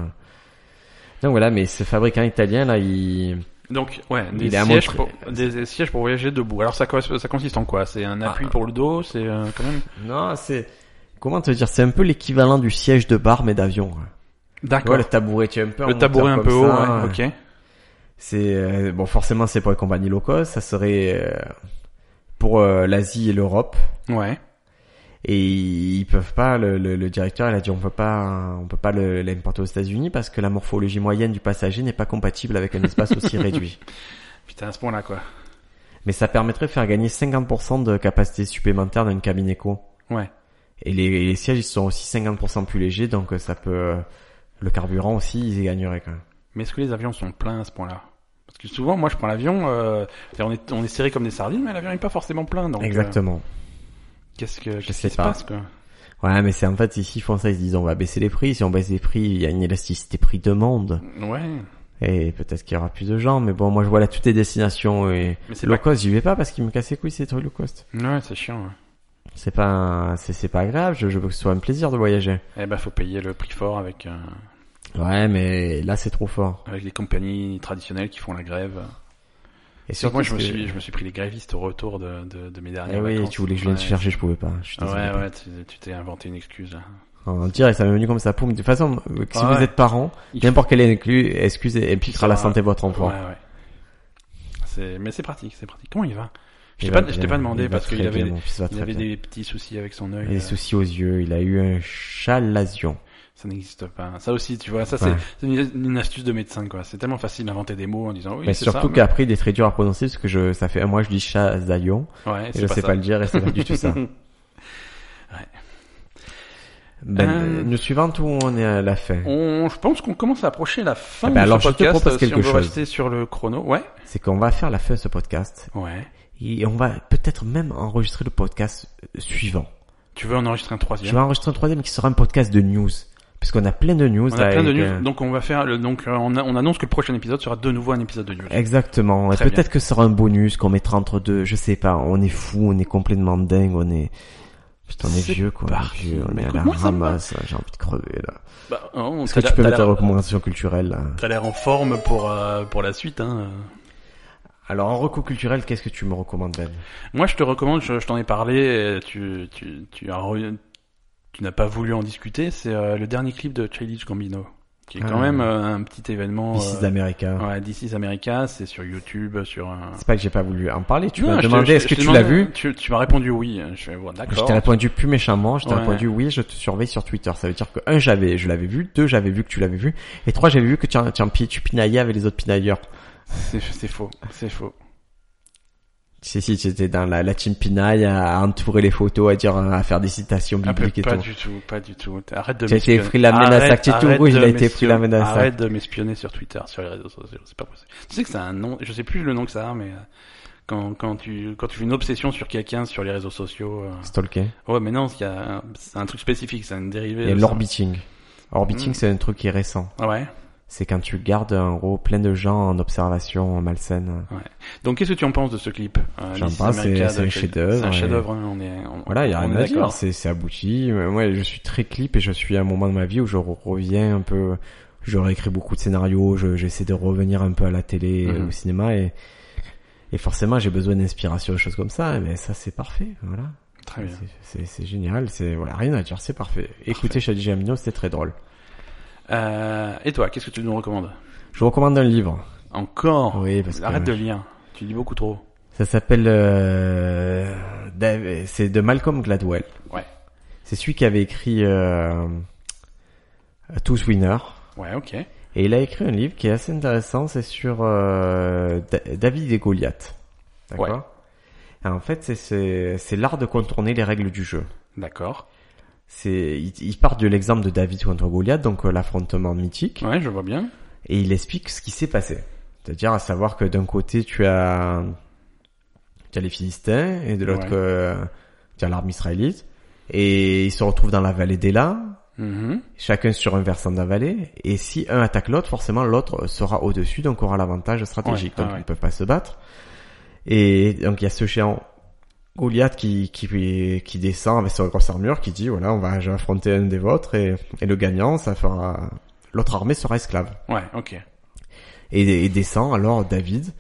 B: Donc voilà, mais ce fabricant italien là, il
C: Donc, ouais, des
B: Il a
C: sièges,
B: montré-
C: pour, des, des sièges pour voyager debout. Alors, ça, corres- ça consiste en quoi C'est un appui
B: Ah.
C: pour le dos C'est euh, quand même...
B: non, c'est comment te dire, c'est un peu l'équivalent du siège de bar mais d'avion. quoi. Tu
C: D'accord.
B: vois, le tabouret, tu es un peu en
C: le
B: hauteur
C: tabouret un
B: comme
C: peu haut,
B: ça,
C: ouais. Ok.
B: C'est euh, bon, forcément, c'est pour les compagnies low cost. Ça serait euh, pour euh, l'Asie et l'Europe.
C: Ouais.
B: Et ils peuvent pas. Le, le- le directeur, il a dit, on peut pas, on peut pas le- l'importer aux États-Unis parce que la morphologie moyenne du passager n'est pas compatible avec un espace
C: [LAUGHS]
B: aussi réduit.
C: Putain, à ce point-là, quoi.
B: Mais ça permettrait de faire gagner 50% de capacité supplémentaire d'une cabine éco.
C: Ouais.
B: Et les, les sièges, ils sont aussi 50% plus légers, donc euh, ça peut. euh, Le carburant aussi, ils y gagneraient quand même.
C: Mais est-ce que les avions sont pleins à ce point-là Parce que souvent, moi, je prends l'avion, euh, c'est-à-dire on, est, on est serré comme des sardines, mais l'avion n'est pas forcément plein. Donc, euh,
B: Exactement.
C: qu'est-ce que, qu'est-ce
B: sais
C: qui se
B: pas.
C: passe, quoi
B: Ouais, mais c'est en fait, ici, ils font ça, ils se disent, on va baisser les prix. Si on baisse les prix, il y a une élasticité
C: Mm.
B: prix-demande.
C: Ouais.
B: Et peut-être qu'il y aura plus de gens, mais bon, moi, je vois là toutes les destinations et
C: Mais c'est
B: low
C: pas-
B: cost, j'y vais pas parce qu'ils me cassent les couilles, ces trucs low cost.
C: Ouais, c'est chiant. hein. ouais.
B: C'est pas, un- c'est, c'est pas grave, je, je veux que ce soit un plaisir de voyager.
C: Eh ben, faut payer le prix fort avec euh,
B: Ouais, mais là, c'est trop fort.
C: avec les compagnies traditionnelles qui font la grève.
B: Et
C: Surtout, moi, je me
B: que-
C: suis, je me suis pris les grévistes au retour de, de, de mes
B: Eh
C: dernières
B: oui,
C: Ah, vacances.
B: tu voulais que je vienne te
C: Ouais.
B: chercher, je pouvais pas. Je suis
C: Ouais,
B: désolé.
C: ouais, tu tu t'es inventé une excuse. là.
B: En direct, ça m'est venu comme ça. Poum. De toute façon, euh, si
C: Ah
B: vous
C: ouais.
B: êtes parent,
C: Il
B: n'importe quelle excuse, excuse impliquera
C: Ça
B: la
C: va.
B: santé de votre
C: Ouais,
B: enfant.
C: ouais. C'est, mais c'est pratique, c'est pratique. Comment il va Je
B: Il
C: t'ai
B: va
C: pas, je t'ai
B: bien,
C: pas demandé
B: va
C: parce qu'il
B: très
C: avait, euh,
B: bien, mon fils va
C: il
B: très
C: avait
B: bien.
C: des petits soucis avec son
B: Il
C: œil.
B: a des
C: euh.
B: soucis aux yeux, il a eu un chalazion.
C: Ça n'existe pas. Ça aussi, tu vois, ça
B: Ouais.
C: c'est une, une astuce de médecin, quoi. C'est tellement facile d'inventer des mots en disant oui,
B: mais
C: c'est ça.
B: surtout
C: mais-
B: qu'après, il est très dur à prononcer parce que je, ça fait un mois que je dis Chazayon
C: Ouais,
B: et
C: c'est
B: je sais
C: ça.
B: pas le dire et c'est pas du tout ça. Ben,
C: Euh,
B: Une suivante ou on est à la fin
C: [LAUGHS] On, je pense qu'on commence à approcher la fin
B: Eh ben
C: de
B: alors,
C: ce
B: je te
C: podcast. euh,
B: propose
C: si
B: quelque
C: on veut
B: chose.
C: rester sur le chrono, ouais,
B: C'est qu'on va faire la fin de ce podcast
C: ouais.
B: et on va peut-être même enregistrer le podcast suivant.
C: Tu veux en enregistrer un
B: Je
C: troisième
B: vais enregistrer un troisième qui sera un podcast de news. Puisqu'on a plein de news.
C: On a
B: là,
C: plein de
B: et
C: news,
B: que-
C: donc on va faire. Le, donc euh, on, a- on annonce que le prochain épisode sera de nouveau un épisode de news.
B: Eh, Exactement. Et
C: Très
B: Peut-être que ce sera un bonus qu'on mettra entre deux. Je sais pas. On est fou, on est complètement dingue, on est. Putain, on est
C: C'est
B: vieux quoi. on est
C: parti.
B: vieux, on
C: Mais
B: est à
C: écoute,
B: la
C: moi, ça me va.
B: ramasse. J'ai envie de crever là.
C: Bah, on
B: Est-ce que tu peux mettre ta recommandation culturelle là
C: T'as l'air en forme pour euh, pour la suite. Hein.
B: Alors en recours culturel, qu'est-ce que tu me recommandes Ben
C: Moi, je te recommande. Je, je t'en ai parlé. euh, Tu tu tu as re- tu n'as pas voulu en discuter. C'est euh, le dernier clip de Childish Gambino, qui est quand
B: Ah.
C: même euh, un petit événement.
B: This is
C: euh,
B: America.
C: ouais, This is America. C'est sur YouTube, sur. un...
B: C'est pas que j'ai pas voulu en parler. Tu
C: Non,
B: m'as
C: je te-
B: demandé
C: je-
B: est-ce
C: je
B: que
C: te
B: tu
C: demandais-
B: l'as vu
C: tu, tu m'as répondu oui. Je fais bon,
B: Je
C: d'accord.
B: t'ai répondu plus méchamment. Je t'ai
C: Ouais.
B: répondu oui. Je te surveille sur Twitter. Ça veut dire que un, j'avais, je l'avais vu. Deux, j'avais vu que tu l'avais vu. Et trois, j'avais vu que tu, en- tu, en pi- tu pinaillais avec les autres pinailleurs.
C: C'est c'est faux. C'est faux.
B: Si, si, tu étais dans la, la team pinaille à, à entourer les photos, à dire, à faire des citations
C: Ah,
B: bibliques et
C: pas
B: tout.
C: du tout, pas du tout. Arrête de
B: J'ai été
C: m'espionner.
B: pris la menace
C: Arrête-
B: acte et tout,
C: arrête
B: oui, il
C: de
B: a été pris la
C: m'espionner.
B: menace
C: Arrête de m'espionner sur Twitter, sur les réseaux sociaux, c'est pas possible. Tu sais que c'est un nom, je sais plus le nom que ça a, mais euh, quand, quand tu quand tu fais une obsession sur quelqu'un sur les réseaux sociaux, euh,
B: Stalker.
C: ouais, mais non, il y a un- c'est un truc spécifique, c'est une dérivée.
B: Et
C: de ça.
B: l'orbiting. Orbiting,
C: Mm.
B: c'est un truc qui est récent.
C: Ah Ouais.
B: C'est quand tu gardes, en gros, plein de gens en observation malsaine.
C: Donc qu'est-ce que tu en penses de ce clip euh,
B: J'en
C: This is
B: pense, c'est-
C: America
B: c'est
C: de-
B: un chef-d'œuvre,
C: C'est un
B: et-
C: chef-d'œuvre. hein, on est. on-
B: Voilà, il y a
C: on
B: rien
C: est
B: à
C: d'accord.
B: dire. C'est, c'est abouti. Euh, Moi, je suis très clip et je suis à un moment de ma vie où je re- reviens un peu, je réécris beaucoup de scénarios, je- j'essaie de revenir un peu à la télé,
C: Mhm.
B: au cinéma et, et forcément, j'ai besoin d'inspiration, des choses comme ça. Mais ça, c'est parfait. Voilà.
C: Très bien.
B: C'est, c'est- c'est génial. C'est, voilà, rien à dire. C'est parfait. Écoutez, Shadi Jamino, c'était très drôle.
C: Euh, et toi, qu'est-ce que tu nous recommandes
B: Je vous recommande un livre.
C: Encore
B: Oui, parce que
C: Arrête de lire. Tu lis beaucoup trop.
B: ça s'appelle, euh, Dave- c'est de Malcolm Gladwell.
C: Ouais.
B: C'est celui qui avait écrit, euh, Tous Winners.
C: Ouais, ok.
B: Et il a écrit un livre qui est assez intéressant, c'est sur euh, Da- David et Goliath. D'accord
C: Ouais.
B: Et En fait, c'est- c'est c'est l'art de contourner les règles du jeu.
C: D'accord.
B: C'est il, il part de l'exemple de David contre Goliath, donc euh, l'affrontement mythique,
C: Ouais, je vois bien.
B: et il explique ce qui s'est passé. C'est-à-dire à savoir que d'un côté, tu as tu as les Philistins et de l'autre
C: Ouais.
B: que tu as l'armée israélite et ils se retrouvent dans la vallée d'Ela,
C: Mhm.
B: chacun sur un versant de la vallée, et si un attaque l'autre, forcément l'autre sera au-dessus, donc aura l'avantage stratégique,
C: Ouais, ouais,
B: donc ils
C: ouais.
B: ne peuvent pas se battre. Et donc il y a ce géant Goliath qui, qui, qui descend avec sa grosse armure, qui dit, voilà, on va, je vais affronter un des vôtres, et, et le gagnant, ça fera... L'autre armée sera esclave.
C: Ouais, ok.
B: Et, et descend alors David,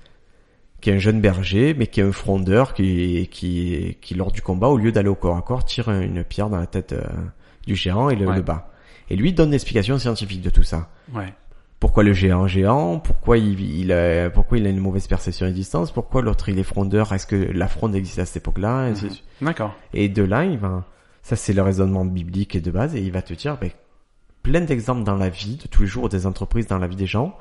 B: qui est un jeune berger, mais qui est un frondeur, qui, qui, qui lors du combat, au lieu d'aller au corps à corps, tire une pierre dans la tête euh, du géant et le,
C: Ouais.
B: le bat. Et lui donne l'explication scientifique de tout ça.
C: Ouais.
B: Pourquoi le géant est géant Pourquoi il, il a, pourquoi il a une mauvaise perception des distances Pourquoi l'autre il est frondeur Est-ce que la fronde existe à cette époque-là Et ainsi de
C: Mhm.
B: suite.
C: D'accord.
B: Et de là, il va, ça c'est le raisonnement biblique et de base, et il va te dire ben, plein d'exemples dans la vie de tous les jours, des entreprises, dans la vie des gens,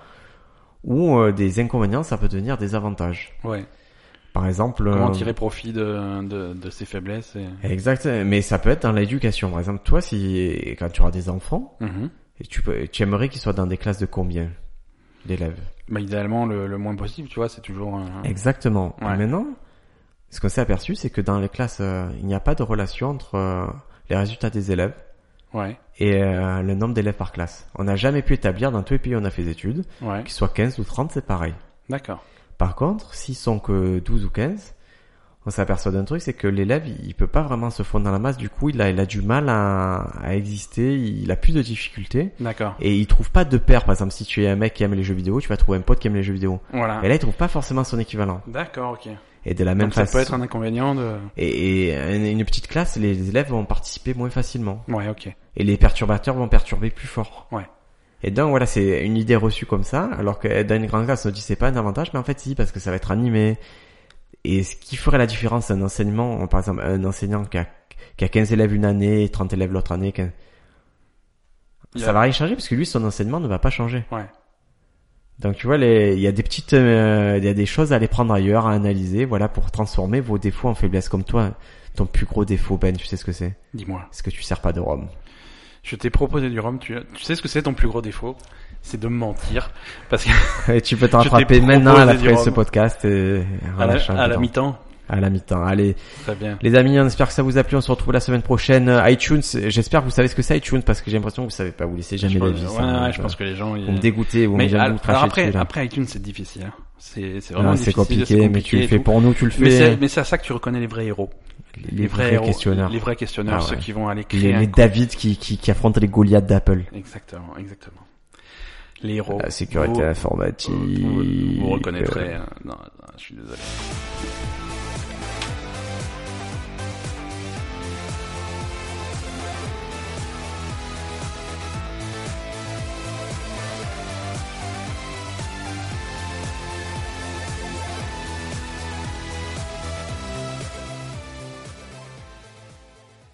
B: où euh, des inconvénients, ça peut devenir des avantages.
C: Ouais.
B: Par exemple,
C: Comment
B: euh,
C: tirer profit de, de, de ses faiblesses et...
B: exact, mais ça peut être dans l'éducation. Par exemple, toi, si quand tu auras des enfants,
C: Mhm.
B: et tu, peux, tu aimerais qu'ils soient dans des classes de combien d'élèves
C: Bah, idéalement, le, le moins possible, tu vois, c'est toujours... un-
B: Exactement.
C: Ouais.
B: Et Maintenant, ce qu'on s'est aperçu, c'est que dans les classes, euh, il n'y a pas de relation entre euh, les résultats des élèves
C: Ouais,
B: et euh, le nombre d'élèves par classe. On n'a jamais pu établir dans tous les pays où on a fait des études,
C: ouais.
B: qu'ils soient 15 ou 30, c'est pareil.
C: D'accord.
B: Par contre, s'ils sont que 12 ou 15, on s'aperçoit d'un truc, c'est que l'élève, il il peut pas vraiment se fondre dans la masse, du coup, il a, il a du mal à, à exister, il a plus de difficultés,
C: D'accord.
B: et il trouve pas de pair. Par exemple, si tu es un mec qui aime les jeux vidéo, tu vas trouver un pote qui aime les jeux vidéo.
C: Voilà.
B: Et là, il trouve pas forcément son équivalent.
C: D'accord, ok.
B: Et de la même
C: Donc ça
B: façon,
C: peut être un inconvénient de...
B: et, et un- une petite classe, les élèves vont participer moins facilement.
C: Ouais, ok.
B: et les perturbateurs vont perturber plus fort.
C: Ouais.
B: Et donc voilà, c'est une idée reçue comme ça, alors que dans une grande classe, on dit c'est pas un avantage, mais en fait si, parce que ça va être animé. Et ce qui ferait la différence, un enseignement, par exemple, un enseignant qui a, qui a 15 élèves une année, 30 élèves l'autre année, 15...
C: Il
B: Ça
C: a-
B: va rien changer parce que lui, son enseignement ne va pas changer.
C: Ouais.
B: Donc tu vois, les- il y a des petites, euh, il y a des choses à aller prendre ailleurs, à analyser, voilà, pour transformer vos défauts en faiblesses. Comme toi, ton plus gros défaut, Ben, tu sais ce que c'est
C: Dis-moi.
B: Est-ce que tu sers pas de rhum
C: Je t'ai proposé du rhum. Tu, tu sais ce que c'est ton plus gros défaut C'est de mentir. Parce qu'à
B: Et tu peux t'en
C: Je t'ai
B: rattraper maintenant à la
C: proposé du
B: fin de ce
C: rhum.
B: podcast et
C: la,
B: relâche un
C: à
B: peu
C: la
B: dans-
C: mi-temps,
B: à la mi-temps. Allez,
C: très bien.
B: les amis, on espère que ça vous a plu. On se retrouve la semaine prochaine. Euh, iTunes, j'espère que vous savez ce que c'est iTunes parce que j'ai l'impression que vous savez pas. Vous laissez jamais
C: je
B: la
C: pense,
B: vie.
C: ouais,
B: ça,
C: ouais,
B: donc,
C: je
B: euh,
C: pense que les gens.
B: Vous me
C: Ils...
B: dégoûtez, vous me
C: Mais
B: jamais
C: alors,
B: vous cracher
C: après,
B: dessus, là.
C: après iTunes, c'est difficile. hein. C'est c'est vraiment
B: Non, c'est
C: difficile.
B: compliqué, mais tu
C: et
B: le fais
C: tout.
B: pour nous, tu le
C: Mais c'est
B: fais.
C: mais c'est à ça que tu reconnais les vrais héros.
B: Les, les vrais,
C: héros,
B: questionneurs.
C: Les vrais questionneurs,
B: Ah ouais.
C: ceux qui vont aller
B: Les,
C: créer. un
B: les
C: co-
B: David qui, qui, qui affrontent les Goliaths d'Apple.
C: Exactement, exactement. Les héros.
B: La sécurité
C: Vous-
B: informatique.
C: Vous, vous reconnaîtrez. hein. Non, non, je suis désolé.